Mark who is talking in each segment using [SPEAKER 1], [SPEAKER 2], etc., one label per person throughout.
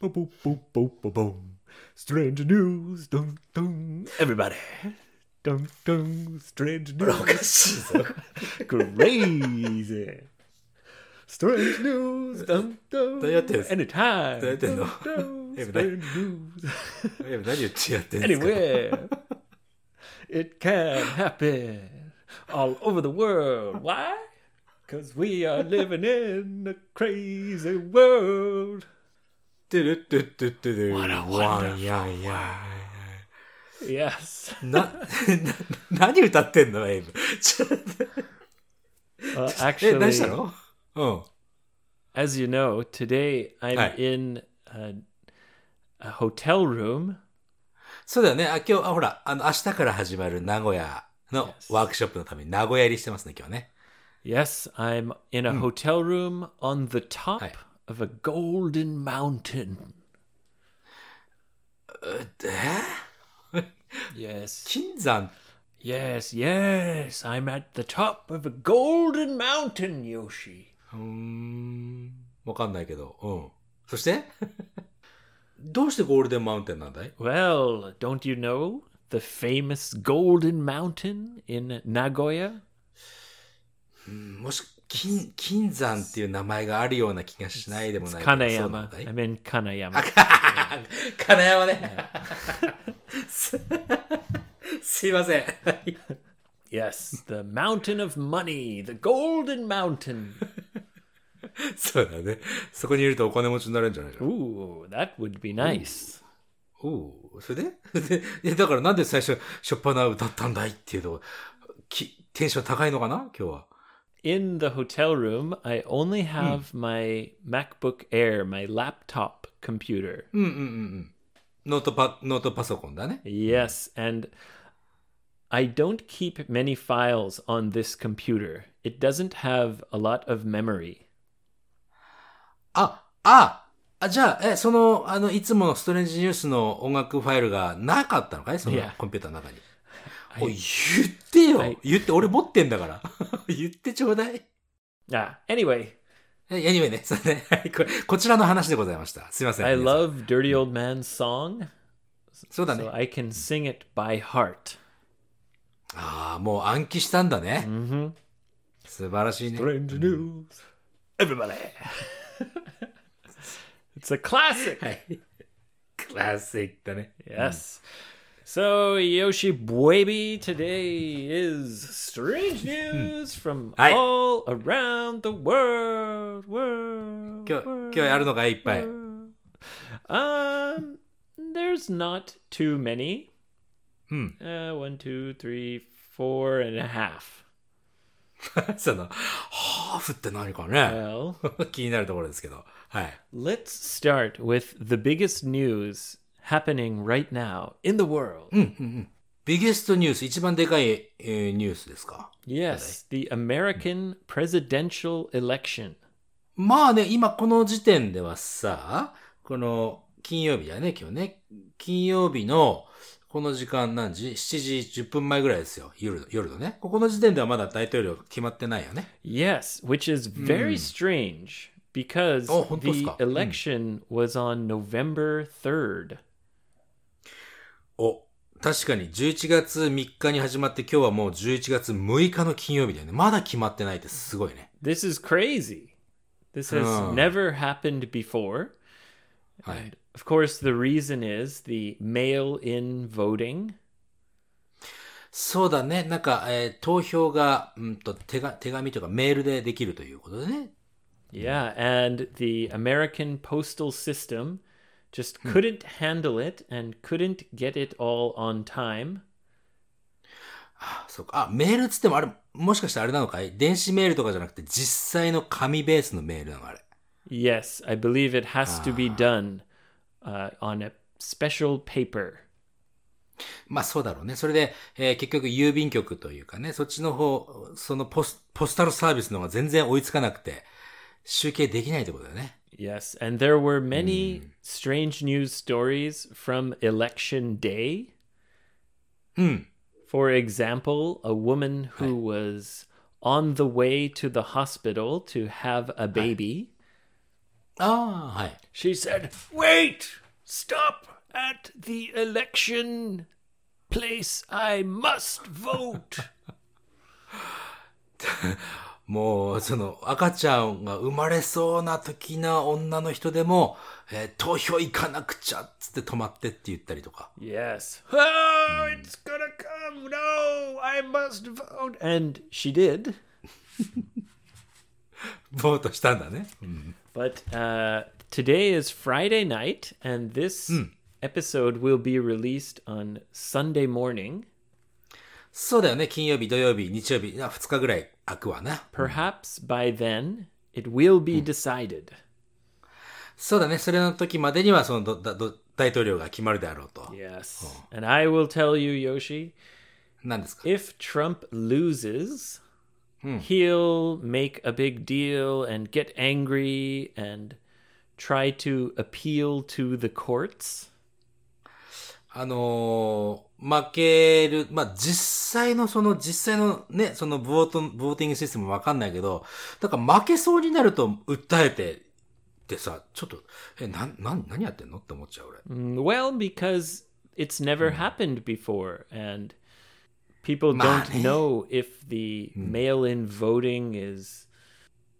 [SPEAKER 1] Boom, boom, boom, boom, boom, boom. Strange news, dun, dun. Everybody. Dun, dun. Strange
[SPEAKER 2] これおか
[SPEAKER 1] news.
[SPEAKER 2] しいぞ
[SPEAKER 1] Crazy. Strange news, dun, dun.
[SPEAKER 2] 何やってんす
[SPEAKER 1] Anytime.
[SPEAKER 2] 何やってん の
[SPEAKER 1] Dun, dun.
[SPEAKER 2] え
[SPEAKER 1] Strange news.
[SPEAKER 2] いや何を違ってんですか
[SPEAKER 1] Anywhere. it can happen all over the world. Why? Because we are living in a crazy world.
[SPEAKER 2] トゥルットゥットゥットゥル
[SPEAKER 1] あら
[SPEAKER 2] ワンヤンヤ
[SPEAKER 1] Yes.
[SPEAKER 2] ンな な何歌ってんのエイブちょっと
[SPEAKER 1] Uh,
[SPEAKER 2] え何
[SPEAKER 1] actually,
[SPEAKER 2] したのうん。
[SPEAKER 1] as you know, today I'm
[SPEAKER 2] Hi.
[SPEAKER 1] in a, a hotel room.
[SPEAKER 2] そうだよね。あ、今日、あ、ほら、あの、明日から始まる名古屋の
[SPEAKER 1] Yes.
[SPEAKER 2] ワークショップのために名古屋入りしてますね、今日ね。
[SPEAKER 1] Yes, I'm in a hotel room on the top
[SPEAKER 2] Hmm. Hi.
[SPEAKER 1] of a golden mountain.
[SPEAKER 2] え
[SPEAKER 1] Yes.
[SPEAKER 2] 金山
[SPEAKER 1] Yes, yes, I'm at the top of a golden mountain, Yoshi.
[SPEAKER 2] うーん。わかんないけど。うん。そして どうしてゴールデンマウンテンなんだい
[SPEAKER 1] Well, don't you know the famous Golden Mountain in Nagoya?
[SPEAKER 2] うんもし、金、金山っていう名前があるような気がしないでも
[SPEAKER 1] It's
[SPEAKER 2] ないけどそうなん
[SPEAKER 1] Kanayama.
[SPEAKER 2] だい
[SPEAKER 1] I'm in Kanayama.
[SPEAKER 2] 金山ね。 すすいません。
[SPEAKER 1] Yes, the mountain of money, the Golden Mountain.
[SPEAKER 2] そうだね。そこにいるとお金持ちになれるんじゃないの
[SPEAKER 1] Ooh, that would be nice.
[SPEAKER 2] おうそれで でいやだからなんで最初、しょっぱな歌ったんだいっていうと、きテンション高いのかな今日は。
[SPEAKER 1] In the hotel room, I only have my MacBook Air, my laptop computer.
[SPEAKER 2] うんうんうんうん。ノートパ、ノートパソコンだね。
[SPEAKER 1] Yes, and I don't keep many files on this computer. It doesn't have a lot of memory.
[SPEAKER 2] あ、あ、あ、じゃあ、え、その、あの、いつものストレンジニュースの音楽ファイルがなかったのかいその
[SPEAKER 1] いや
[SPEAKER 2] コンピューターの中に。
[SPEAKER 1] I-
[SPEAKER 2] おい、言ってよ、
[SPEAKER 1] はい
[SPEAKER 2] 言って、俺持ってんだから。 言ってちょうだい。
[SPEAKER 1] Ah, anyway,
[SPEAKER 2] え、anyway ね、そうね。はいこれ、こちらの話でございました。すいません。
[SPEAKER 1] I
[SPEAKER 2] 皆さん
[SPEAKER 1] love Dirty Old Man's song,
[SPEAKER 2] そうだね
[SPEAKER 1] so。I can sing it by heart.
[SPEAKER 2] ああ、もう暗記したんだね。
[SPEAKER 1] Mm-hmm.
[SPEAKER 2] 素晴らしいね。
[SPEAKER 1] Strange news, everybody. it's a classic.
[SPEAKER 2] はい。クラシックだね。
[SPEAKER 1] Yes. So Yoshi Buebi today is strange news from
[SPEAKER 2] Hi.
[SPEAKER 1] all around the world. World.
[SPEAKER 2] 今日、今
[SPEAKER 1] world,
[SPEAKER 2] 日やるのがいっぱい。
[SPEAKER 1] world. Um, there's not too many.
[SPEAKER 2] Hmm.
[SPEAKER 1] Uh, one, two, three, four and a half.
[SPEAKER 2] その、ハーフって何かね。
[SPEAKER 1] Well,
[SPEAKER 2] 気になるところですけど。はい。
[SPEAKER 1] let's start with the biggest news happening right now in the world.
[SPEAKER 2] ビゲストニュース、一番でかい、えーニュースですか。
[SPEAKER 1] Yes, the American presidential election.
[SPEAKER 2] まあね、今この時点ではさ、この金曜日だよね、今日ね。金曜日の、この時間何時 ?7 時10分前ぐらいですよ。夜の、夜のね。ここの時点ではまだ大統領決まってないよね。
[SPEAKER 1] Yes, which is very strange because
[SPEAKER 2] Oh, 本当です
[SPEAKER 1] the
[SPEAKER 2] か
[SPEAKER 1] election was on November 3rd.
[SPEAKER 2] お、確かに11月3日に始まって今日はもう11月6日の金曜日だよね。まだ決まってないってすごいね。
[SPEAKER 1] This is crazy. This has
[SPEAKER 2] Ah.
[SPEAKER 1] never happened before.
[SPEAKER 2] はい。
[SPEAKER 1] Of course, the reason is the mail in voting.
[SPEAKER 2] そうだね。なんか、えー投票が、うんと、手が、手紙というかメールでできるということでね。
[SPEAKER 1] Yeah, and the American postal system just couldn't handle it and couldn't get it all on time.
[SPEAKER 2] あそうか。あ、メールっつってもあれ、もしかしてあれなのかい電子メールとかじゃなくて、実際の紙ベースのメールなのあれ。
[SPEAKER 1] Yes, I believe it has to be done uh, on a special paper.
[SPEAKER 2] まあそうだろうね。それで、えー結局郵便局というかね、そっちの方、そのポス、ポスタルサービスの方が全然追いつかなくて、集計できないってことだよね。
[SPEAKER 1] Yes, and there were many strange news stories from election day.
[SPEAKER 2] うん。
[SPEAKER 1] For example, a woman who was on the way to the hospital to have a baby
[SPEAKER 2] ああ、はい。
[SPEAKER 1] She said, Wait! Stop at the election place. I must vote.
[SPEAKER 2] もう、その、赤ちゃんが生まれそうな時な女の人でも、えー投票行かなくちゃっつって止まってって言ったりとか。
[SPEAKER 1] yes. Oh, it's gonna come. No, I must vote. And she did.
[SPEAKER 2] ボートしたんだね。うん。
[SPEAKER 1] But uh, today is Friday night, and this episode will be released on Sunday morning.
[SPEAKER 2] そうだよね。金曜日、土曜日、日曜日、あ2日ぐらい開くわな。
[SPEAKER 1] Perhaps by then it will be decided.
[SPEAKER 2] そうだね。それの時までには、そのどだど、大統領が決まるであろうと。
[SPEAKER 1] Yes. And I will tell you, Yoshi,
[SPEAKER 2] 何ですか
[SPEAKER 1] if Trump loses, he'll make a big deal and get angry and try to appeal to the courts.
[SPEAKER 2] あのー負ける、まあ、実際のその、実際のね、そのボート、ボーティングシステムわかんないけど、だから負けそうになると訴えて、ってさ、ちょっと、え、なん、なん、何やってんのって思っちゃう俺。
[SPEAKER 1] Mm, Well, because it's never happened before, and people don't
[SPEAKER 2] Money.
[SPEAKER 1] know if the mail in voting is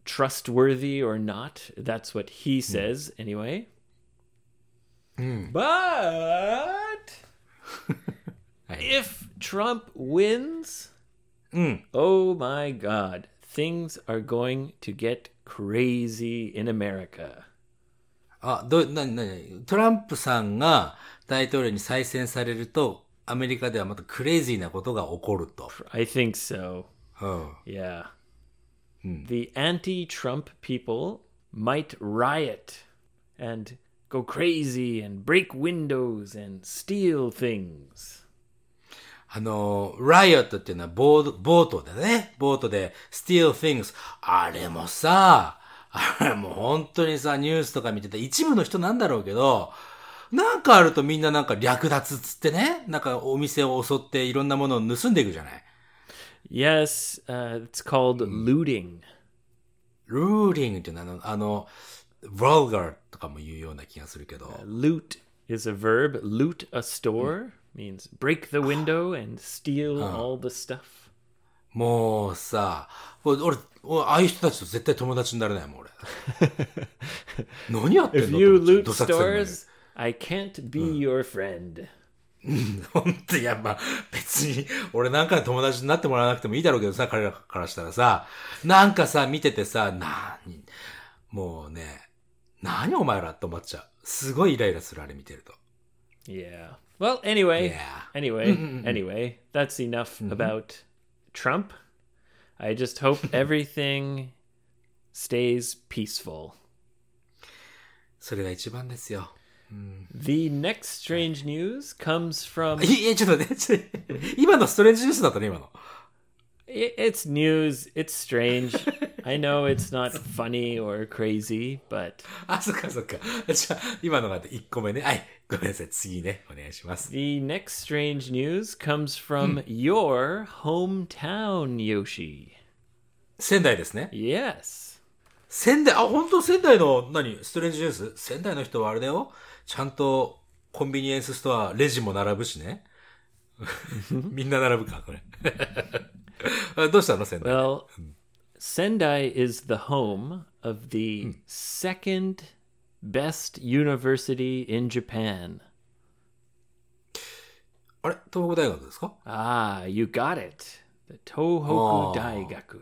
[SPEAKER 1] trustworthy or not. That's what he says, anyway. But if Trump wins,
[SPEAKER 2] Mm.
[SPEAKER 1] oh my God, things are going to get crazy in America.
[SPEAKER 2] あ、どう、なになにトランプさんが大統領に再選されると、アメリカではまたクレイジーなことが起こると。
[SPEAKER 1] I think so.
[SPEAKER 2] うん。
[SPEAKER 1] Yeah. The anti Trump people might riot and go crazy and break windows and steal things.
[SPEAKER 2] あのー、ライオットっていうのはボード、ボートでね、ボートで steal things。あれもさ、あれもう本当にさ、ニュースとか見てて一部の人なんだろうけど、なんかあるとみんななんか略奪っつってね、なんかお店を襲っていろんなものを盗んでいくじゃない。
[SPEAKER 1] Yes, uh, it's called looting.
[SPEAKER 2] ルーリングっていうのはあの、あの、vulgar とかも言うような気がするけど、
[SPEAKER 1] Loot is a verb. Loot a store means break the window and steal all the stuff.
[SPEAKER 2] もうさ、もう俺、俺ああいう人たちと絶対友達になれないもん俺。何やってん
[SPEAKER 1] If
[SPEAKER 2] の
[SPEAKER 1] you
[SPEAKER 2] と
[SPEAKER 1] loot
[SPEAKER 2] 思っちゃうどさくさになる
[SPEAKER 1] stores, I can't be your friend.
[SPEAKER 2] 本当いや、まあ、別に、俺なんかの友達になってもらわなくてもいいだろうけどさ、彼らからしたらさ、なんかさ、見ててさ、なに、もうね、何お前らって思っちゃう。すごいイライラする、あれ見てると。
[SPEAKER 1] Yeah. Well, anyway,
[SPEAKER 2] Yeah.
[SPEAKER 1] anyway, anyway, that's enough about Trump. I just hope everything stays peaceful.
[SPEAKER 2] それが一番ですよ。
[SPEAKER 1] The next strange news comes from
[SPEAKER 2] いえ、ちょっとね、ちょっと今のストレンジニュースだったね、今の。
[SPEAKER 1] i- it's news, it's strange. I know it's not funny or crazy, but
[SPEAKER 2] あ、そっかそっか。じゃあ、今のが1個目ね。はい、ごめんなさい、次ね、お願いします。
[SPEAKER 1] the next strange news comes from your hometown, Yoshi.
[SPEAKER 2] 仙台ですね。
[SPEAKER 1] Yes.
[SPEAKER 2] 仙台、あ、本当仙台の、何ストレンジジュース仙台の人はあれだよ。ちゃんと、コンビニエンスストア、レジも並ぶし ね。みんな並ぶか、これ。 あどうしたの仙台。
[SPEAKER 1] Well, Sendai is the home of the
[SPEAKER 2] Hmm.
[SPEAKER 1] second best university in Japan.
[SPEAKER 2] あれ東北大学ですか
[SPEAKER 1] Ah, you got it. The Tohoku
[SPEAKER 2] Oh.
[SPEAKER 1] Daigaku.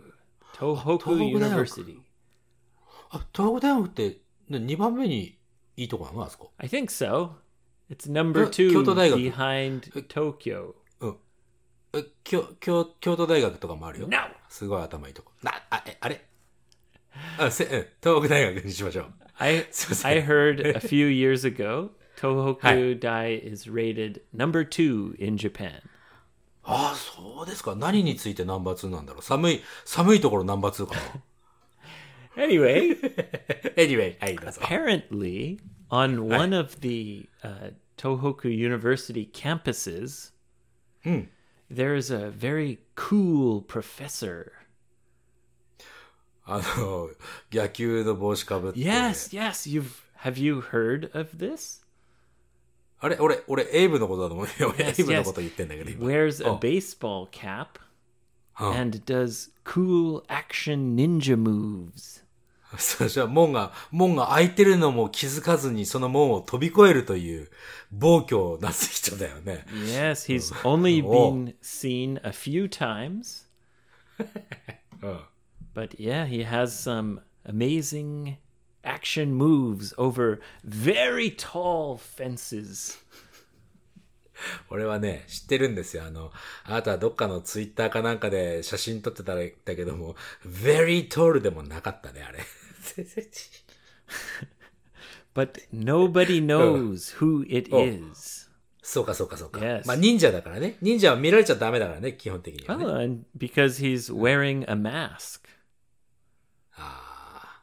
[SPEAKER 1] Tohoku
[SPEAKER 2] Tohoku Daigaku.
[SPEAKER 1] University.
[SPEAKER 2] あ、東北大学って、2番目にいいとこなのあそこ。
[SPEAKER 1] I think so. It's number
[SPEAKER 2] Ky-
[SPEAKER 1] two
[SPEAKER 2] Uh, Kyoto Daigaku. Uh,
[SPEAKER 1] behind Tokyo.
[SPEAKER 2] え、京、京、京都大学とかもあるよ。
[SPEAKER 1] No!
[SPEAKER 2] すごい頭いいとこ。な、あ、え、あれあ、せ、うん、東北大学にしましょう。
[SPEAKER 1] I
[SPEAKER 2] So-
[SPEAKER 1] I heard a few years ago
[SPEAKER 2] Hi.
[SPEAKER 1] Tohoku Dai is rated number two in Japan.
[SPEAKER 2] ああ、そうですか。何についてナンバー2なんだろう。寒い、寒いところナンバー2かな。
[SPEAKER 1] Anyway,
[SPEAKER 2] anyway, はい、どうぞ。
[SPEAKER 1] apparently on one of the uh, Tohoku University campuses, Hmm. there is a very cool professor.
[SPEAKER 2] あ あの、野球の帽子かぶって。
[SPEAKER 1] Yes, yes. You've have you heard of this?
[SPEAKER 2] あれ俺、俺、エイブのことだと思うよ。エ
[SPEAKER 1] Yes,
[SPEAKER 2] イブの
[SPEAKER 1] yes.
[SPEAKER 2] こと言ってんだけど、今。
[SPEAKER 1] Wears a
[SPEAKER 2] Oh.
[SPEAKER 1] baseball cap
[SPEAKER 2] うん
[SPEAKER 1] and does cool action ninja moves.
[SPEAKER 2] そしたら門が、門が開いてるのも気づかずにその門を飛び越えるという暴挙をなす人だよね。
[SPEAKER 1] Yes, he's only
[SPEAKER 2] Oh.
[SPEAKER 1] been seen a few times,
[SPEAKER 2] うん。
[SPEAKER 1] but yeah, he has some amazing action moves over very tall fences.
[SPEAKER 2] 俺はね、知ってるんですよ。あの、あなたはどっかのツイッターかなんかで写真撮ってたら言ったけども、very tall でもなかったね、 あれ。
[SPEAKER 1] But nobody knows who it is.
[SPEAKER 2] そうかそうかそうか。
[SPEAKER 1] Yes.
[SPEAKER 2] まあ忍者だからね。忍者は見られちゃダメだからね、基本的にはね。
[SPEAKER 1] Oh, and because he's wearing a mask.
[SPEAKER 2] ああ。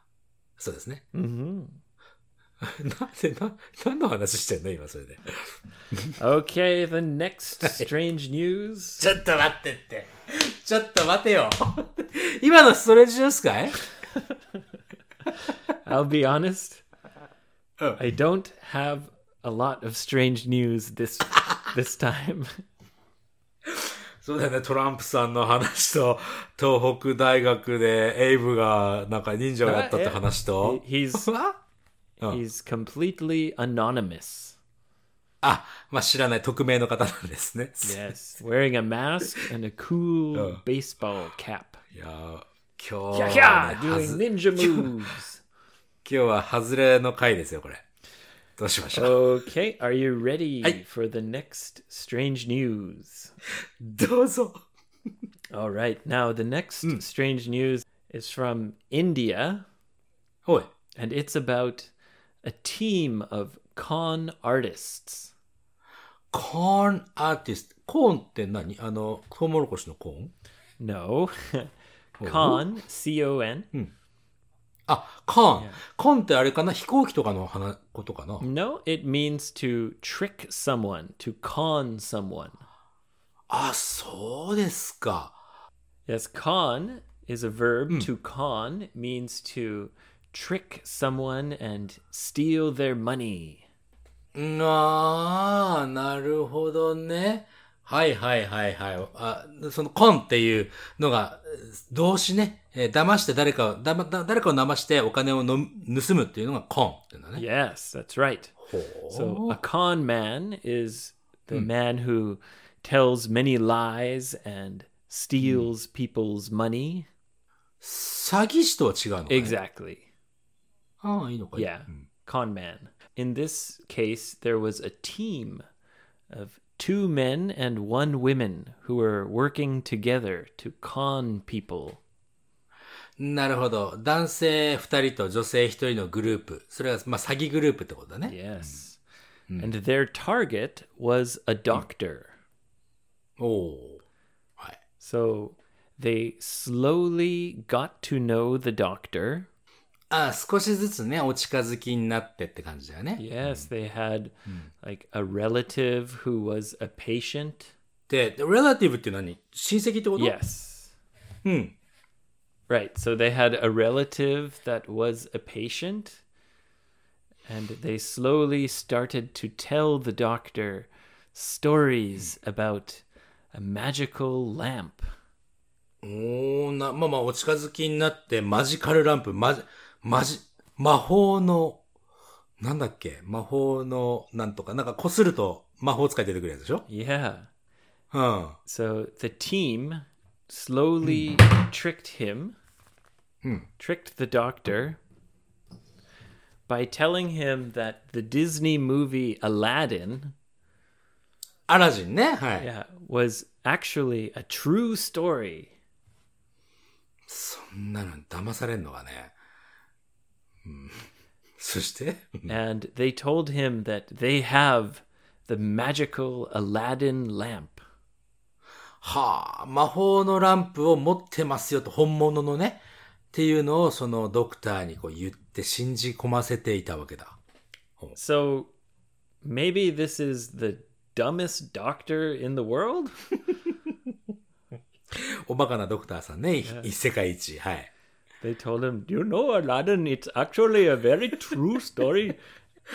[SPEAKER 2] そうですね。
[SPEAKER 1] hmm
[SPEAKER 2] なんで、な、何の話してんの今それで。
[SPEAKER 1] Okay, the next strange news.
[SPEAKER 2] ちょっと待ってって。ちょっと待てよ。 今のストレッチですかい
[SPEAKER 1] I'll be honest.
[SPEAKER 2] Oh.
[SPEAKER 1] I don't have a lot of strange news this this time.
[SPEAKER 2] そうだよね、トランプさんの話と、東北大学でエイブがなんか忍者をやったって話と。
[SPEAKER 1] He's
[SPEAKER 2] わ
[SPEAKER 1] he's completely anonymous.
[SPEAKER 2] あ、まあ、知らない匿名の方なんですね。
[SPEAKER 1] Yes, wearing a mask and a cool
[SPEAKER 2] Oh.
[SPEAKER 1] baseball cap.
[SPEAKER 2] いやー、今日は
[SPEAKER 1] Yeah,
[SPEAKER 2] ね、
[SPEAKER 1] yeah,
[SPEAKER 2] は
[SPEAKER 1] doing
[SPEAKER 2] ず
[SPEAKER 1] ninja moves.
[SPEAKER 2] 今日は外れの回ですよ、これ。どうしましょう。
[SPEAKER 1] Okay, are you ready
[SPEAKER 2] Hey.
[SPEAKER 1] for the next strange news?
[SPEAKER 2] どうぞ。
[SPEAKER 1] All right, now the next strange news is from India,
[SPEAKER 2] おい。
[SPEAKER 1] and it's about a team of con artists.
[SPEAKER 2] コーンアーティスト。コーンって何あの、トウモロコシのコーン
[SPEAKER 1] No, Oh. con, C O N.
[SPEAKER 2] あ、コーン。コーンってあれかな飛行機とかの話ことかな
[SPEAKER 1] No, it means to trick someone, to con someone.
[SPEAKER 2] あ、そうですか。
[SPEAKER 1] Yes, con is a verb. To con means to trick someone and steal their money.
[SPEAKER 2] なあ、なるほどね。はいはいはいはい。あその、コンっていうのが、えー動詞ね。えー騙して誰かを、だま、だ誰かを騙してお金をの盗むっていうのがコンっていうんだね。
[SPEAKER 1] Yes, that's right.
[SPEAKER 2] ほう
[SPEAKER 1] So a con man is the man who tells many lies and steals people's money.
[SPEAKER 2] 詐欺師とは違うのかね
[SPEAKER 1] Exactly.
[SPEAKER 2] ああ、いいのかい
[SPEAKER 1] Yeah. Con man. In this case, there was a team of two men and one woman who were working together to con people.
[SPEAKER 2] なるほど。男性二人と女性一人のグループ。それは、まあ、詐欺グループってことだね。
[SPEAKER 1] Yes. And their target was a doctor.
[SPEAKER 2] おお。はい。
[SPEAKER 1] So they slowly got to know the doctor.
[SPEAKER 2] ああ、少しずつね、お近づきになってって感じだよね。
[SPEAKER 1] Yes, they had like a relative who was a patient.
[SPEAKER 2] で、relative って何親戚ってこと
[SPEAKER 1] Yes.
[SPEAKER 2] うん。
[SPEAKER 1] Right. So they had a relative that was a patient. And they slowly started to tell the doctor stories about a magical lamp.
[SPEAKER 2] おーな、まあまあ、お近づきになって、マジカルランプ、マジ、マジ、魔法の、なんだっけ魔法の、なんとか、なんか擦ると魔法使い出てくるやつでしょ
[SPEAKER 1] Yeah.
[SPEAKER 2] うん。
[SPEAKER 1] So the team slowly tricked him, tricked the doctor by telling him that the Disney movie Aladdin
[SPEAKER 2] アラジンね、はい。
[SPEAKER 1] yeah, was actually a true story.
[SPEAKER 2] そんなの騙されんのがね。うん。 そして
[SPEAKER 1] And they told him that they have the magical Aladdin lamp.
[SPEAKER 2] はあ、魔法のランプを持ってますよと、本物のね。っていうのを、そのドクターにこう言って信じ込ませていたわけだ。
[SPEAKER 1] So maybe this is the dumbest doctor in the world?
[SPEAKER 2] おバカなドクターさんね、い世界一。はい。
[SPEAKER 1] They told him, "You know, Aladdin, it's actually a very true story."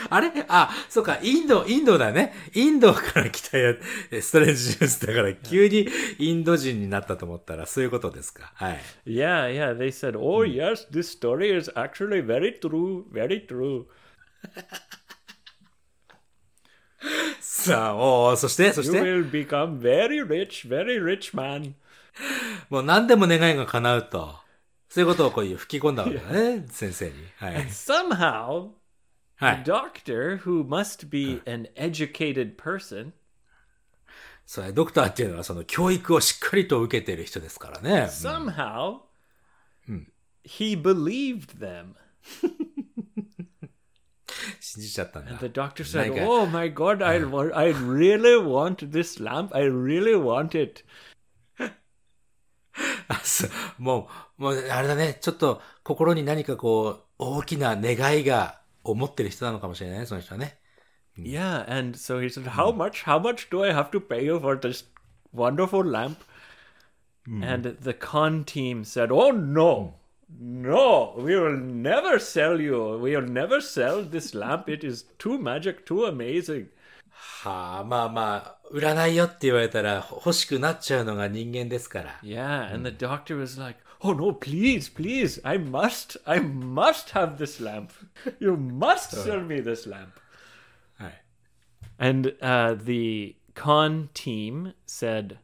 [SPEAKER 2] あれあ、そうか、インド、インドだね。インドから来たや、えストレンジニュースだから、急にインド人になったと思ったら、そういうことですか。はい。
[SPEAKER 1] yeah, yeah. They said, "Oh yes, this story is actually very true, very true."
[SPEAKER 2] さあ、おーそして、そし
[SPEAKER 1] You
[SPEAKER 2] て、
[SPEAKER 1] will become very rich, very rich man.
[SPEAKER 2] もう何でも願いが叶うと。そういうことをこういう吹き込んだわけだね、先生に。 はい。
[SPEAKER 1] Somehow,
[SPEAKER 2] は
[SPEAKER 1] the
[SPEAKER 2] い。
[SPEAKER 1] doctor, who must be an educated person,
[SPEAKER 2] そうドクターっていうのは、その教育をしっかりと受けてる人ですからね。
[SPEAKER 1] somehow, Hmm. he believed them.
[SPEAKER 2] 信じちゃったんだ
[SPEAKER 1] And。the doctor said,
[SPEAKER 2] Like a-
[SPEAKER 1] "Oh my God, I wa- I really want this lamp. I really want it."
[SPEAKER 2] あそうもう、もう、あれだね、ちょっと心に何かこう、大きな願いが、を持ってる人なのかもしれないね、その人はね。
[SPEAKER 1] Yeah, and so he said, "How much? How much do I have to pay you for this wonderful lamp?" And the con team said, "Oh no." Hmm. No, we will never sell you. We will never sell this lamp. It is too magic, too amazing.
[SPEAKER 2] はあ、まあまあ、売らないよって言われたらほ欲しくなっちゃうのが人間ですから。
[SPEAKER 1] Yeah, and the doctor was like, "Oh no, please, please. I must. I must have this lamp. You must sell me this lamp."
[SPEAKER 2] はい。
[SPEAKER 1] And uh, the con team said,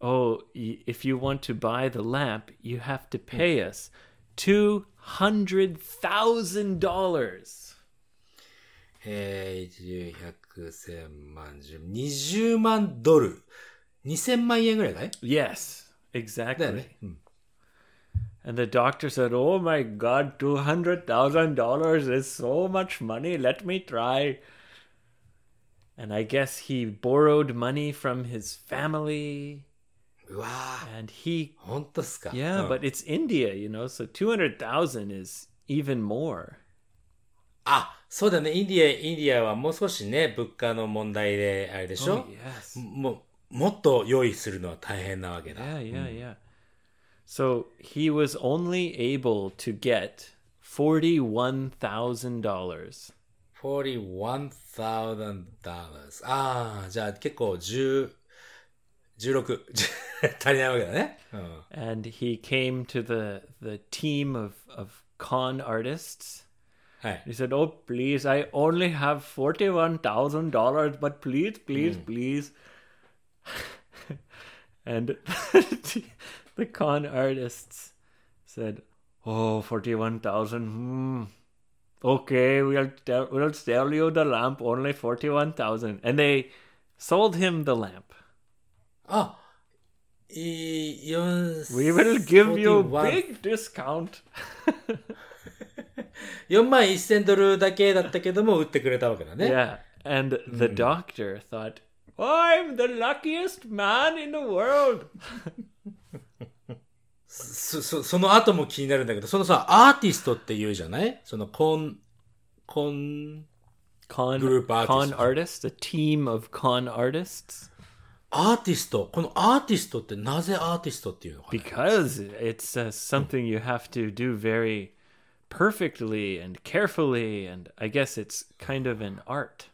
[SPEAKER 1] "Oh, y- if you want to buy the lamp, you have to pay us two hundred thousand dollars."
[SPEAKER 2] えー、10、100、1000万、10 20万ドル。2000万円ぐらいかい
[SPEAKER 1] Yes,
[SPEAKER 2] だよ
[SPEAKER 1] exactly.
[SPEAKER 2] ね。うん。
[SPEAKER 1] And the doctor said, "Oh my God, two hundred thousand dollars is so much money. Let me try." And I guess he borrowed money from his family,
[SPEAKER 2] うわぁ、
[SPEAKER 1] and he
[SPEAKER 2] 本当っすか。
[SPEAKER 1] Yeah,
[SPEAKER 2] うん
[SPEAKER 1] but it's India, you know, so 200,000 is even more.
[SPEAKER 2] あ、そうだね。インディア、インディアはもう少しね、物価の問題で、あれでし
[SPEAKER 1] Oh,
[SPEAKER 2] ょ、
[SPEAKER 1] yes.
[SPEAKER 2] もう、もっと用意するのは大変なわけだ。
[SPEAKER 1] Yeah, yeah, yeah. Hmm. So he was only able to get $41,000.
[SPEAKER 2] $41,000。ああ、じゃあ結構10、16、足 りないわけだね。うん。
[SPEAKER 1] And he came to the, the team of, of con artists.
[SPEAKER 2] はい。
[SPEAKER 1] He said, Oh, please, I only have $41,000, but please, please, please. and the con artists said, Oh, 41,000. Hmm. Okay, we'll tell, we'll sell you the lamp only 41,000. And they sold him the lamp.
[SPEAKER 2] あ、い、四
[SPEAKER 1] We will give you
[SPEAKER 2] $41
[SPEAKER 1] big discount.
[SPEAKER 2] 4万1000ドルだけだったけども、売ってくれたわけだね。
[SPEAKER 1] Yeah. And the doctor thought, I'm the luckiest man in the world.
[SPEAKER 2] そ、そ、その後も気になるんだけど、そのさ、アーティストって言うじゃないその、コン、コン、
[SPEAKER 1] con
[SPEAKER 2] Group artists.
[SPEAKER 1] con artists, a team of con artists,
[SPEAKER 2] アーティスト。このアーティストってなぜアーティストっていうのかな
[SPEAKER 1] because it's uh, something you have to do very perfectly and carefully, and I guess it's kind of an art.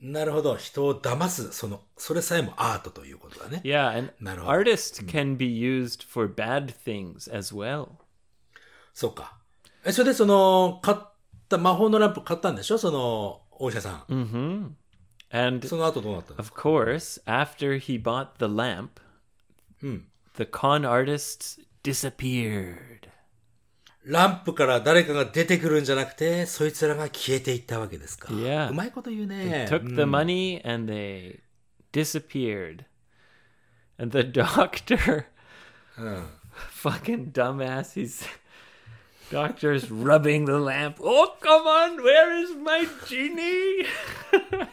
[SPEAKER 2] なるほど。人を騙す。その、それさえもアートということだね。
[SPEAKER 1] Yeah, and
[SPEAKER 2] Not all.
[SPEAKER 1] artist can be used for bad things as well.
[SPEAKER 2] そうか。え、それでその、買った、魔法のランプ買ったんでしょその、お医者さん。
[SPEAKER 1] hmm And
[SPEAKER 2] その後どうなったの
[SPEAKER 1] of course, after he bought the lamp,
[SPEAKER 2] Hmm.
[SPEAKER 1] the con artists disappeared.
[SPEAKER 2] ランプから誰かが出てくるんじゃなくて、そいつらが消えていったわけですか。
[SPEAKER 1] いや
[SPEAKER 2] うまいこと言うね。
[SPEAKER 1] took
[SPEAKER 2] うん
[SPEAKER 1] the money and they disappeared. And the doctor,
[SPEAKER 2] うん。
[SPEAKER 1] fucking dumbass, he's doctor's rubbing the lamp. Oh come on, where is my genie?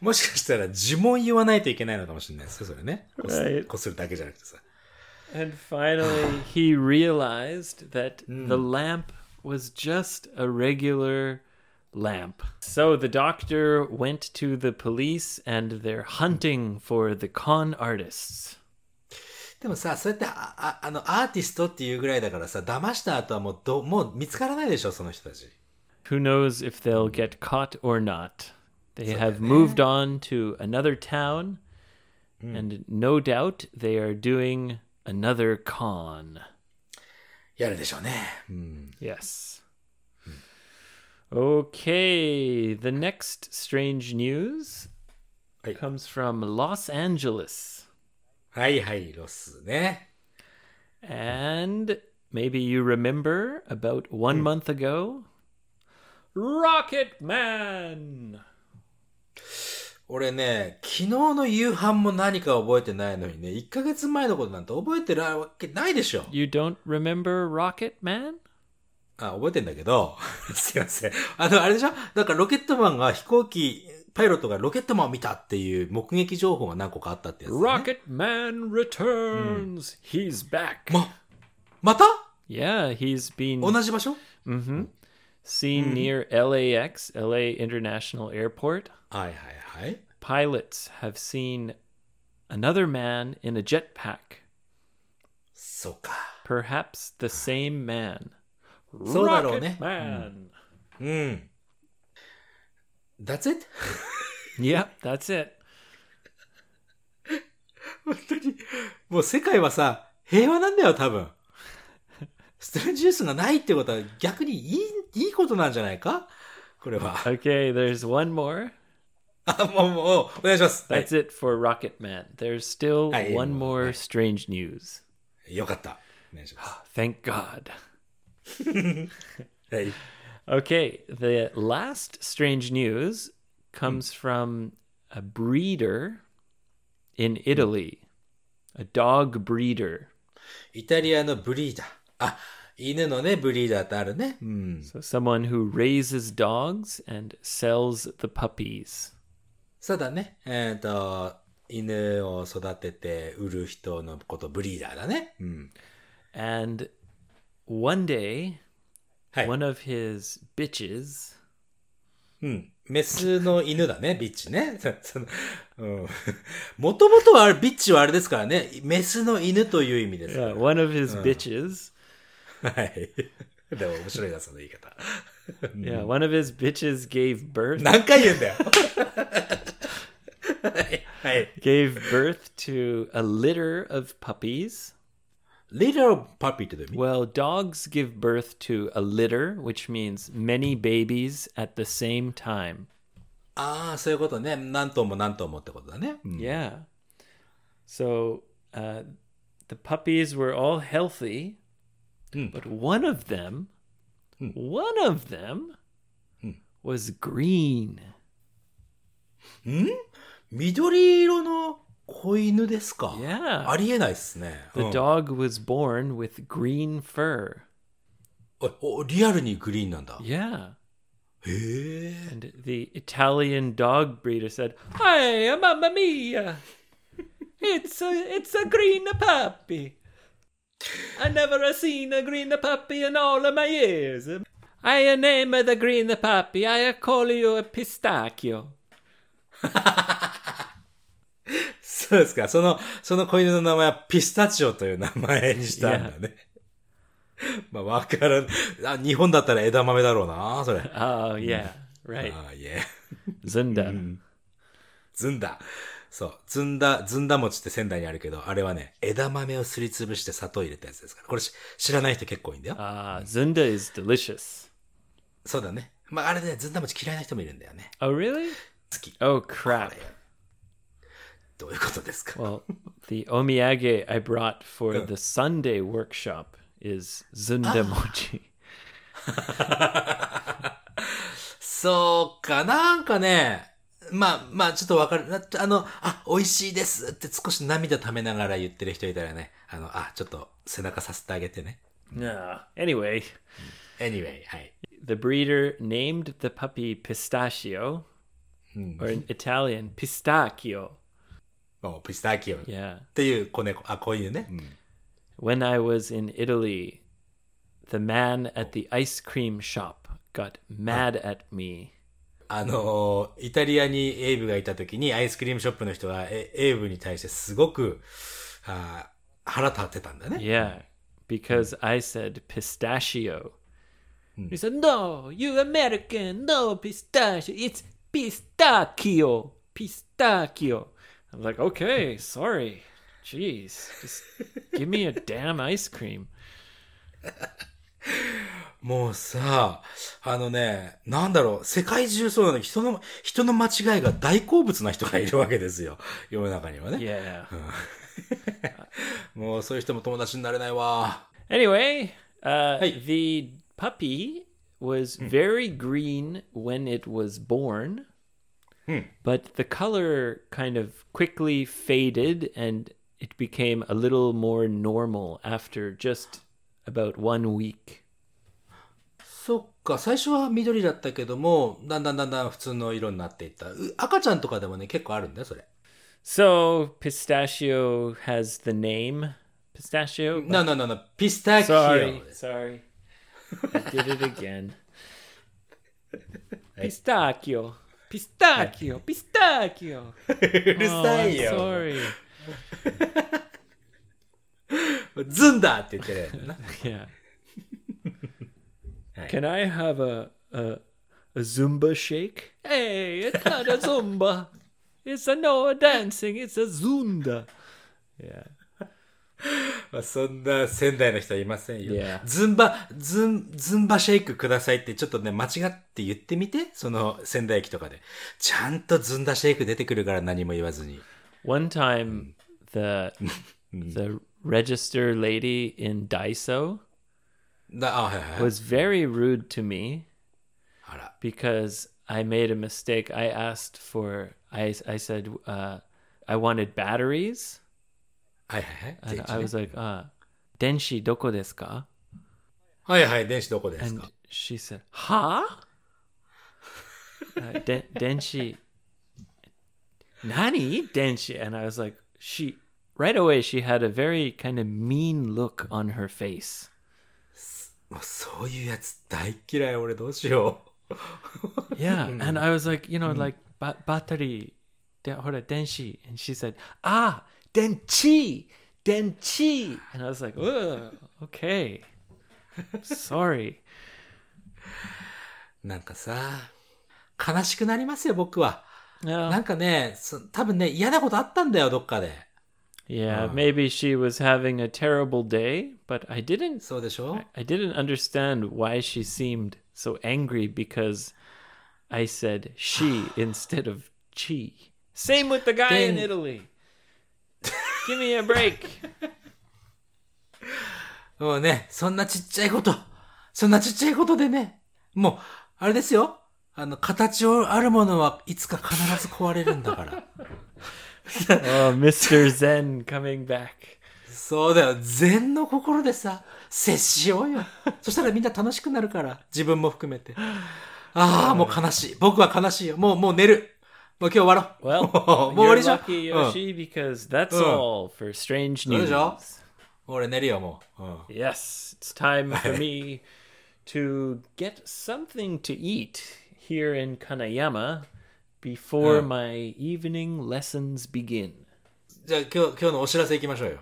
[SPEAKER 2] もしかしたら呪文言わないといけないのかもしれないですよ、それね。こす,、
[SPEAKER 1] Right.
[SPEAKER 2] こするだけじゃなくてさ。
[SPEAKER 1] and finally, he realized that the lamp was just a regular lamp. So the doctor went to the police and they're hunting for the con artists.
[SPEAKER 2] でもさ、そうやって、あ、ああの、アーティストっていうぐらいだからさ、騙した後はもう、ど、もう見つからないでしょ、その人たち。
[SPEAKER 1] Who knows if they'll get caught or not? They have moved on to another town, and no doubt they are doing another con.
[SPEAKER 2] やるでしょうね。うん。
[SPEAKER 1] Yes. Okay, the next strange news
[SPEAKER 2] Hey.
[SPEAKER 1] comes from Los Angeles.
[SPEAKER 2] はいはい、ロスね。
[SPEAKER 1] And maybe you remember about one month ago Rocket Man!
[SPEAKER 2] 俺ね、昨日の夕飯も何か覚えてないのにね、1ヶ月前のことなんて覚えてないわけないでしょ。
[SPEAKER 1] You don't remember Rocket Man?
[SPEAKER 2] あ、覚えてんだけど、 すいません。あの、あれでしょなんかロケットマンが飛行機、パイロットがロケットマンを見たっていう目撃情報が何個かあったってやつ、ね。
[SPEAKER 1] Rocket Man returns! He's back!
[SPEAKER 2] ま、また
[SPEAKER 1] Yeah, he's been mm-hmm,
[SPEAKER 2] 同じ場所
[SPEAKER 1] seen near LAX, LA International Airport.
[SPEAKER 2] はいはいはい。
[SPEAKER 1] pilots have seen another man in a jetpack,
[SPEAKER 2] そうか。
[SPEAKER 1] perhaps the same man.
[SPEAKER 2] そうだろうね。
[SPEAKER 1] Man.
[SPEAKER 2] うん。That's it?
[SPEAKER 1] Yep, that's it.
[SPEAKER 2] 本当に。もう世界はさ、平和なんだよ、多分。ストレンジニュースがないってことは逆にいい、いいことなんじゃないかこれは。
[SPEAKER 1] Okay, there's one more.
[SPEAKER 2] あ、もう、もう、お願いします。はい
[SPEAKER 1] That's it for Rocket Man. There's still
[SPEAKER 2] Hey,
[SPEAKER 1] one
[SPEAKER 2] well,
[SPEAKER 1] more strange news.
[SPEAKER 2] よかった。お願いしま
[SPEAKER 1] Thank God.
[SPEAKER 2] す。はい。
[SPEAKER 1] Okay, the last strange news comes from a breeder in Italy, a dog breeder.
[SPEAKER 2] イタリアのブリーダー。あ、犬のね、ブリーダーってあるね。うん。
[SPEAKER 1] So someone who raises dogs and sells the puppies.
[SPEAKER 2] そうだね。えっ、と、犬を育てて売る人のこと、ブリーダーだね。うん。
[SPEAKER 1] And one day,
[SPEAKER 2] Hey.
[SPEAKER 1] one of his bitches
[SPEAKER 2] うん。メスの犬だね、ビッチね。 そその、うん。 もともとはあれ、ビッチはあれですからね。メスの犬という意味です。
[SPEAKER 1] uh, one of his bitches,
[SPEAKER 2] はい。 でも面白いな、その言い方。
[SPEAKER 1] yeah, one of his bitches gave birth
[SPEAKER 2] 何回言うんだよ。 はい。はい。
[SPEAKER 1] gave birth to a litter of puppies.
[SPEAKER 2] Little puppy ってどういう意味
[SPEAKER 1] Well, dogs give birth to a litter, which means many babies at the same time.
[SPEAKER 2] ああ、そういうことね。何頭も何頭もってことだね。うん、
[SPEAKER 1] Yeah. So uh, the puppies were all healthy, but one of them, one of them was green.
[SPEAKER 2] 緑色の子犬ですか
[SPEAKER 1] Yeah.
[SPEAKER 2] ありえないっすね。
[SPEAKER 1] The
[SPEAKER 2] うん
[SPEAKER 1] dog was born with green fur.
[SPEAKER 2] おおリアルにグリーンなんだ。
[SPEAKER 1] Yeah.
[SPEAKER 2] へえ。
[SPEAKER 1] And the Italian dog breeder said, Hi, mamma mia! It's a, it's a green puppy. I never have seen a green puppy in all of my years. I name the green puppy. I call you a pistachio.
[SPEAKER 2] そうですか。その、その子犬の名前はピスタチオという名前にしたんだね。まあ、わからん。あ、日本だったら枝豆だろうな、それ。あ
[SPEAKER 1] Oh, yeah. Right. Mm.
[SPEAKER 2] あ、いえ。
[SPEAKER 1] Uh, Zunda.
[SPEAKER 2] ずんだ。そう。ずんだ、ずんだ餅って仙台にあるけど、あれはね、枝豆をすりつぶして砂糖入れたやつですから。これし知らない人結構いいんだよ。
[SPEAKER 1] Ah, Zunda is delicious.
[SPEAKER 2] そうだね。まあ、あれね、ずんだ餅嫌いな人もいるんだよね。
[SPEAKER 1] Oh, really?
[SPEAKER 2] 好き。
[SPEAKER 1] Oh, crap.
[SPEAKER 2] どういうことですか
[SPEAKER 1] Well, the omiyage I brought for the Sunday workshop is Zunda mochi.
[SPEAKER 2] そうか、なんかね、まあ、まあ、ちょっとわかる。なあの、あ、美味しいですって少し涙溜めながら言ってる人いたらね、あの、あ、ちょっと背中させてあげてね。
[SPEAKER 1] No. Anyway,
[SPEAKER 2] Anyway, はい。
[SPEAKER 1] the breeder named the puppy Pistachio, or in Italian, Pistacchio.
[SPEAKER 2] もう、ピスタキオっ
[SPEAKER 1] Yeah.
[SPEAKER 2] ていう子猫、あ、こういうね。
[SPEAKER 1] When I was in Italy, the man at the ice cream shop got mad at me.
[SPEAKER 2] あのーイタリアにエイブがいた時にアイスクリームショップの人がエエイブに対してすごく、あー腹立ってたんだね。
[SPEAKER 1] Yeah, because I said pistachio. He said, No, you American, no pistachio, it's pistachio, pistachio. I'm like, Okay, sorry. Jeez, just give me a damn ice cream.
[SPEAKER 2] もうさ、あのね、なんだろう、世界中そうなの、人の、人の間違いが大好物な人がいるわけですよ。 世の中にはね。
[SPEAKER 1] Yeah.
[SPEAKER 2] もうそういう人も友達になれないわ。
[SPEAKER 1] Anyway, uh,
[SPEAKER 2] Hey.
[SPEAKER 1] the puppy was very green when it was born, but the color kind of quickly faded and it became a little more normal after just about one week.
[SPEAKER 2] そっか、最初は緑だったけども、だんだんだんだん普通の色になっていった。う赤ちゃんとかでもね、結構あるんだよ、それ。
[SPEAKER 1] So, pistachio has the name pistachio. Oh,
[SPEAKER 2] なななな、ピスタキオ
[SPEAKER 1] Sorry,
[SPEAKER 2] です。
[SPEAKER 1] sorry. I did it again. Pistachio. Pistachio. Pistachio.
[SPEAKER 2] うる
[SPEAKER 1] Oh,
[SPEAKER 2] さ
[SPEAKER 1] I'm
[SPEAKER 2] いよ。
[SPEAKER 1] sorry.
[SPEAKER 2] ズンだって言ってるやつな。
[SPEAKER 1] Yeah.
[SPEAKER 2] Hey.
[SPEAKER 1] Can I have a, a a Zumba shake? Hey, it's not a Zumba. It's a no dancing. It's a Zunda. Yeah.
[SPEAKER 2] まあそんな仙台の人はいませんよ。
[SPEAKER 1] Yeah.
[SPEAKER 2] ズンバ、ズン、ズンバシェイクくださいってちょっとね、間違って言ってみて。その仙台駅とかで。ちゃんとズンダシェイク出てくるから何も言わずに。
[SPEAKER 1] One time, the the register lady in Daiso
[SPEAKER 2] だ、あ、はいはいはい。
[SPEAKER 1] was very rude to me
[SPEAKER 2] あら。
[SPEAKER 1] because I made a mistake. I asked for I I said uh, I wanted batteries.
[SPEAKER 2] はいはいはい
[SPEAKER 1] And
[SPEAKER 2] 電
[SPEAKER 1] I
[SPEAKER 2] 池ね
[SPEAKER 1] was。like, uh, denshi doko desu ka?
[SPEAKER 2] はいはい、電子どこですか
[SPEAKER 1] And she said, huh? uh, den- denshi, nani denshi? And I was like, she, right away, she had a very kind of mean look on her face.
[SPEAKER 2] もうそういうやつ大嫌い、俺どう しよ
[SPEAKER 1] Yeah. And I was like, you know, like, ba- battery, de- hora, denshi. And she said, ah, denchi, denchi. And I was like, Ugh, okay. Sorry.
[SPEAKER 2] う。なんかさ、悲しくなりますよ、僕は。
[SPEAKER 1] Yeah.
[SPEAKER 2] なんかね、そ多分ね、嫌なことあったんだよ、どっかで。
[SPEAKER 1] Yeah, maybe she was having a terrible day, but I didn't
[SPEAKER 2] そうでしょ
[SPEAKER 1] I didn't understand why she seemed so angry because I said she instead of chi. Same with the guy in
[SPEAKER 2] Then-
[SPEAKER 1] Italy. Give me a break.
[SPEAKER 2] もうね、そんなちっちゃいこと、そんなちっちゃいことでね、もう、あれですよ。あの、形をあるものはいつか必ず壊れるんだ から。
[SPEAKER 1] oh, Mr. Zen coming back.
[SPEAKER 2] そうだよ。禅の心でさ、接しようよ。そしたらみんな楽しくなるから。自分も含めて。ああ、もう悲しい。僕は悲しいよ。もう、もう寝る。もう今日終わろ う。
[SPEAKER 1] Well,
[SPEAKER 2] もう終わ
[SPEAKER 1] you're
[SPEAKER 2] りじゃん。
[SPEAKER 1] lucky
[SPEAKER 2] うん
[SPEAKER 1] Yoshi because that's
[SPEAKER 2] Uh.
[SPEAKER 1] all for strange
[SPEAKER 2] There you
[SPEAKER 1] news.
[SPEAKER 2] go. 俺寝るよ、もう。うん。
[SPEAKER 1] Yes, it's time for me to get something to eat here in Kanayama before
[SPEAKER 2] Mm.
[SPEAKER 1] my evening lessons begin.
[SPEAKER 2] じゃあ今日、今日のお知らせ行きましょうよ。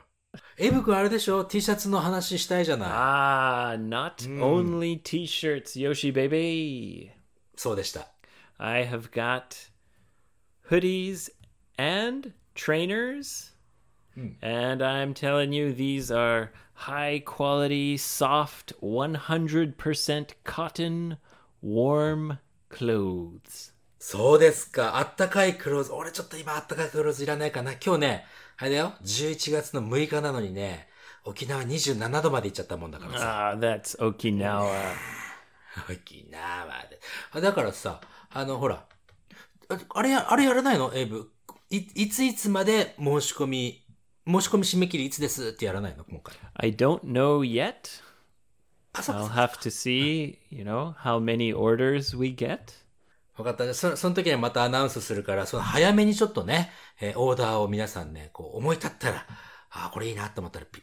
[SPEAKER 2] エブ君あれでしょ ?T シャツの話したいじゃない。
[SPEAKER 1] Ah, not only t shirts, Yoshi baby.
[SPEAKER 2] そうでした。
[SPEAKER 1] I have got hoodies and trainers. And I'm telling you, these are high quality, soft, 100% cotton, warm clothes.
[SPEAKER 2] そうですか。あったかいクローズ。俺ちょっと今あったかいクローズいらないかな。今日ね、あれだよ。11月の6日なのにね、沖縄27度まで行っちゃったもんだからさ。
[SPEAKER 1] Ah, that's Okinawa.
[SPEAKER 2] 沖縄で。あだからさ、あの、ほら。ああれや、あれやらないのエイブ。い、いついつまで申し込み、申し込み締め切りいつですってやらないの今回。
[SPEAKER 1] I don't know yet.
[SPEAKER 2] あ、そう
[SPEAKER 1] I'll have to see, you know, how many orders we get.
[SPEAKER 2] 分かった。じゃあそその時にはまたアナウンスするから、その早めにちょっとね、えーオーダーを皆さんね、こう思い立ったら、ああ、これいいなと思ったらピ、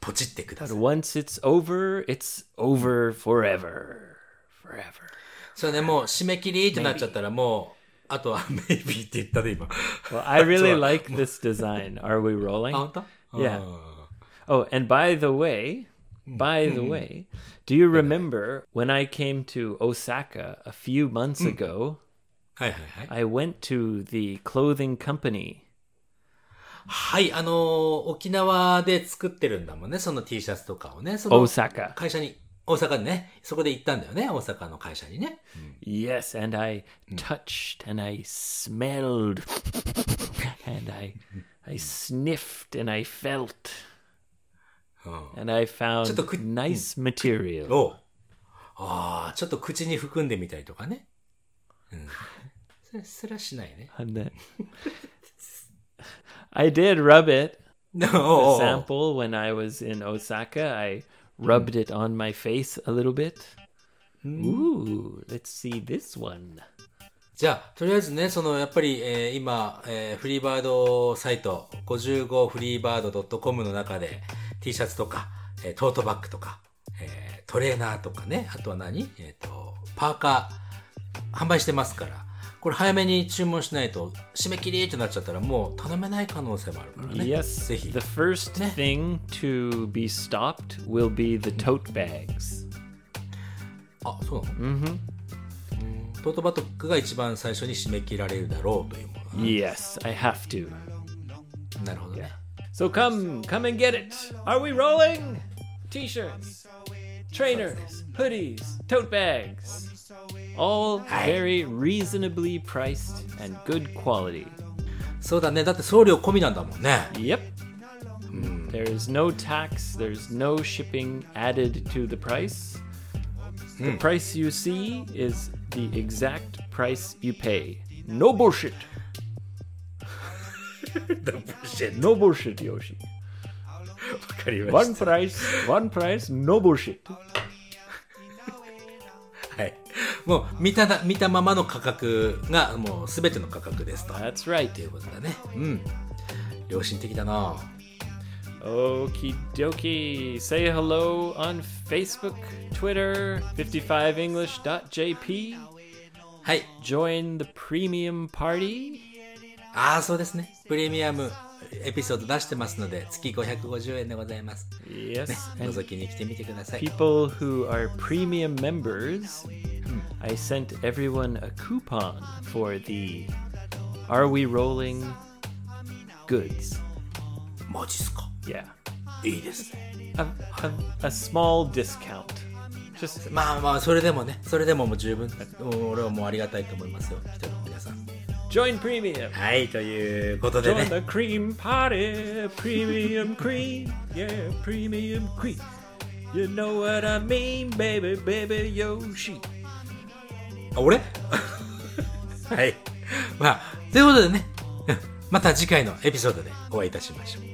[SPEAKER 2] ポチってくださ
[SPEAKER 1] But
[SPEAKER 2] い。
[SPEAKER 1] once it's over, it's over forever. Forever.
[SPEAKER 2] そうね、もう締め切りってなっちゃったらもう、あとは maybe って言ったで今。
[SPEAKER 1] Well, I really
[SPEAKER 2] So-
[SPEAKER 1] like this design. Are we rolling?
[SPEAKER 2] あ、本当
[SPEAKER 1] Yeah. Oh, and by the way, by the way, do you remember when I came to Osaka a few months ago?
[SPEAKER 2] はいはいはい。
[SPEAKER 1] I went to the clothing company.
[SPEAKER 2] はい、あのー沖縄で作ってるんだもんね、その T シャツとかをね。その
[SPEAKER 1] Osaka.
[SPEAKER 2] 会社に、大阪にね、そこで行ったんだよね、大阪の会社にね。
[SPEAKER 1] Yes, and I touched and I smelled and I I sniffed and I felt
[SPEAKER 2] うん。
[SPEAKER 1] and I found
[SPEAKER 2] ちょっとく-
[SPEAKER 1] nice material.
[SPEAKER 2] おうああ、ちょっと口に含んでみたりとかね。うん。それすらしないね。
[SPEAKER 1] And then- I did rub it.
[SPEAKER 2] おう
[SPEAKER 1] the
[SPEAKER 2] おうおう
[SPEAKER 1] sample when I was in Osaka. I rubbed it on my face a little bit. Ooh, let's see this one.
[SPEAKER 2] じゃあ、とりあえずね、その、やっぱり、えー今、えーフリーバードサイト、55フリーバード .com の中で、T シャツとか、えートートバッグとか、えートレーナーとかね、あとは何えっ、と、パーカー、販売してますから、これ早めに注文しないと、締め切りってなっちゃったら、もう頼めない可能性もあるからね。
[SPEAKER 1] Yes,
[SPEAKER 2] ぜひ
[SPEAKER 1] the。first
[SPEAKER 2] Nah.
[SPEAKER 1] thing to be stopped will be the tote bags.
[SPEAKER 2] あ、そうなのうんトートバッグが一番最初に締め切られるだろうというものだね、
[SPEAKER 1] Yes, I have to.
[SPEAKER 2] なるほどね。
[SPEAKER 1] So come, come and get it. Are we rolling? T-shirts, trainers, hoodies, tote bags. All very reasonably priced and good quality.
[SPEAKER 2] そうだね。だって送料込みなんだもん ね。
[SPEAKER 1] Yep. There is no tax, there's no shipping added to the price. The price you see is the exact price you pay. No bullshit.
[SPEAKER 2] ダブルシェッ
[SPEAKER 1] No bullshit, Yoshi.
[SPEAKER 2] トわかりま
[SPEAKER 1] One
[SPEAKER 2] した。
[SPEAKER 1] price, one price, no bullshit.
[SPEAKER 2] はい。もう見たな、見たままの価格が、もうすべての価格ですと。
[SPEAKER 1] That's right.
[SPEAKER 2] ということだね。うん。良心的だな
[SPEAKER 1] Okie dokie. Say hello on Facebook, Twitter, 55english.jp.
[SPEAKER 2] はい。
[SPEAKER 1] Join the premium party.
[SPEAKER 2] ああ、そうですね。プレミアムエピソード出してますので、月550円でございます。
[SPEAKER 1] Yes, and
[SPEAKER 2] 覗きに来てみてください。
[SPEAKER 1] people who are premium members, I sent everyone a coupon for the Are We Rolling Goods.
[SPEAKER 2] マジっすか
[SPEAKER 1] Yeah.
[SPEAKER 2] いいですね。
[SPEAKER 1] A, a, a small discount. Just
[SPEAKER 2] まあまあ、それでもね、それでももう十分だ。俺はもうありがたいと思いますよ、人の皆さん。
[SPEAKER 1] join premium.
[SPEAKER 2] はい、ということで
[SPEAKER 1] Join
[SPEAKER 2] ね。
[SPEAKER 1] the cream party. Premium cream. Yeah, premium cream. You know what I mean, baby, baby Yoshi.
[SPEAKER 2] あ、俺はい。まあ、ということでね、また次回のエピソードでお会いいたしましょう。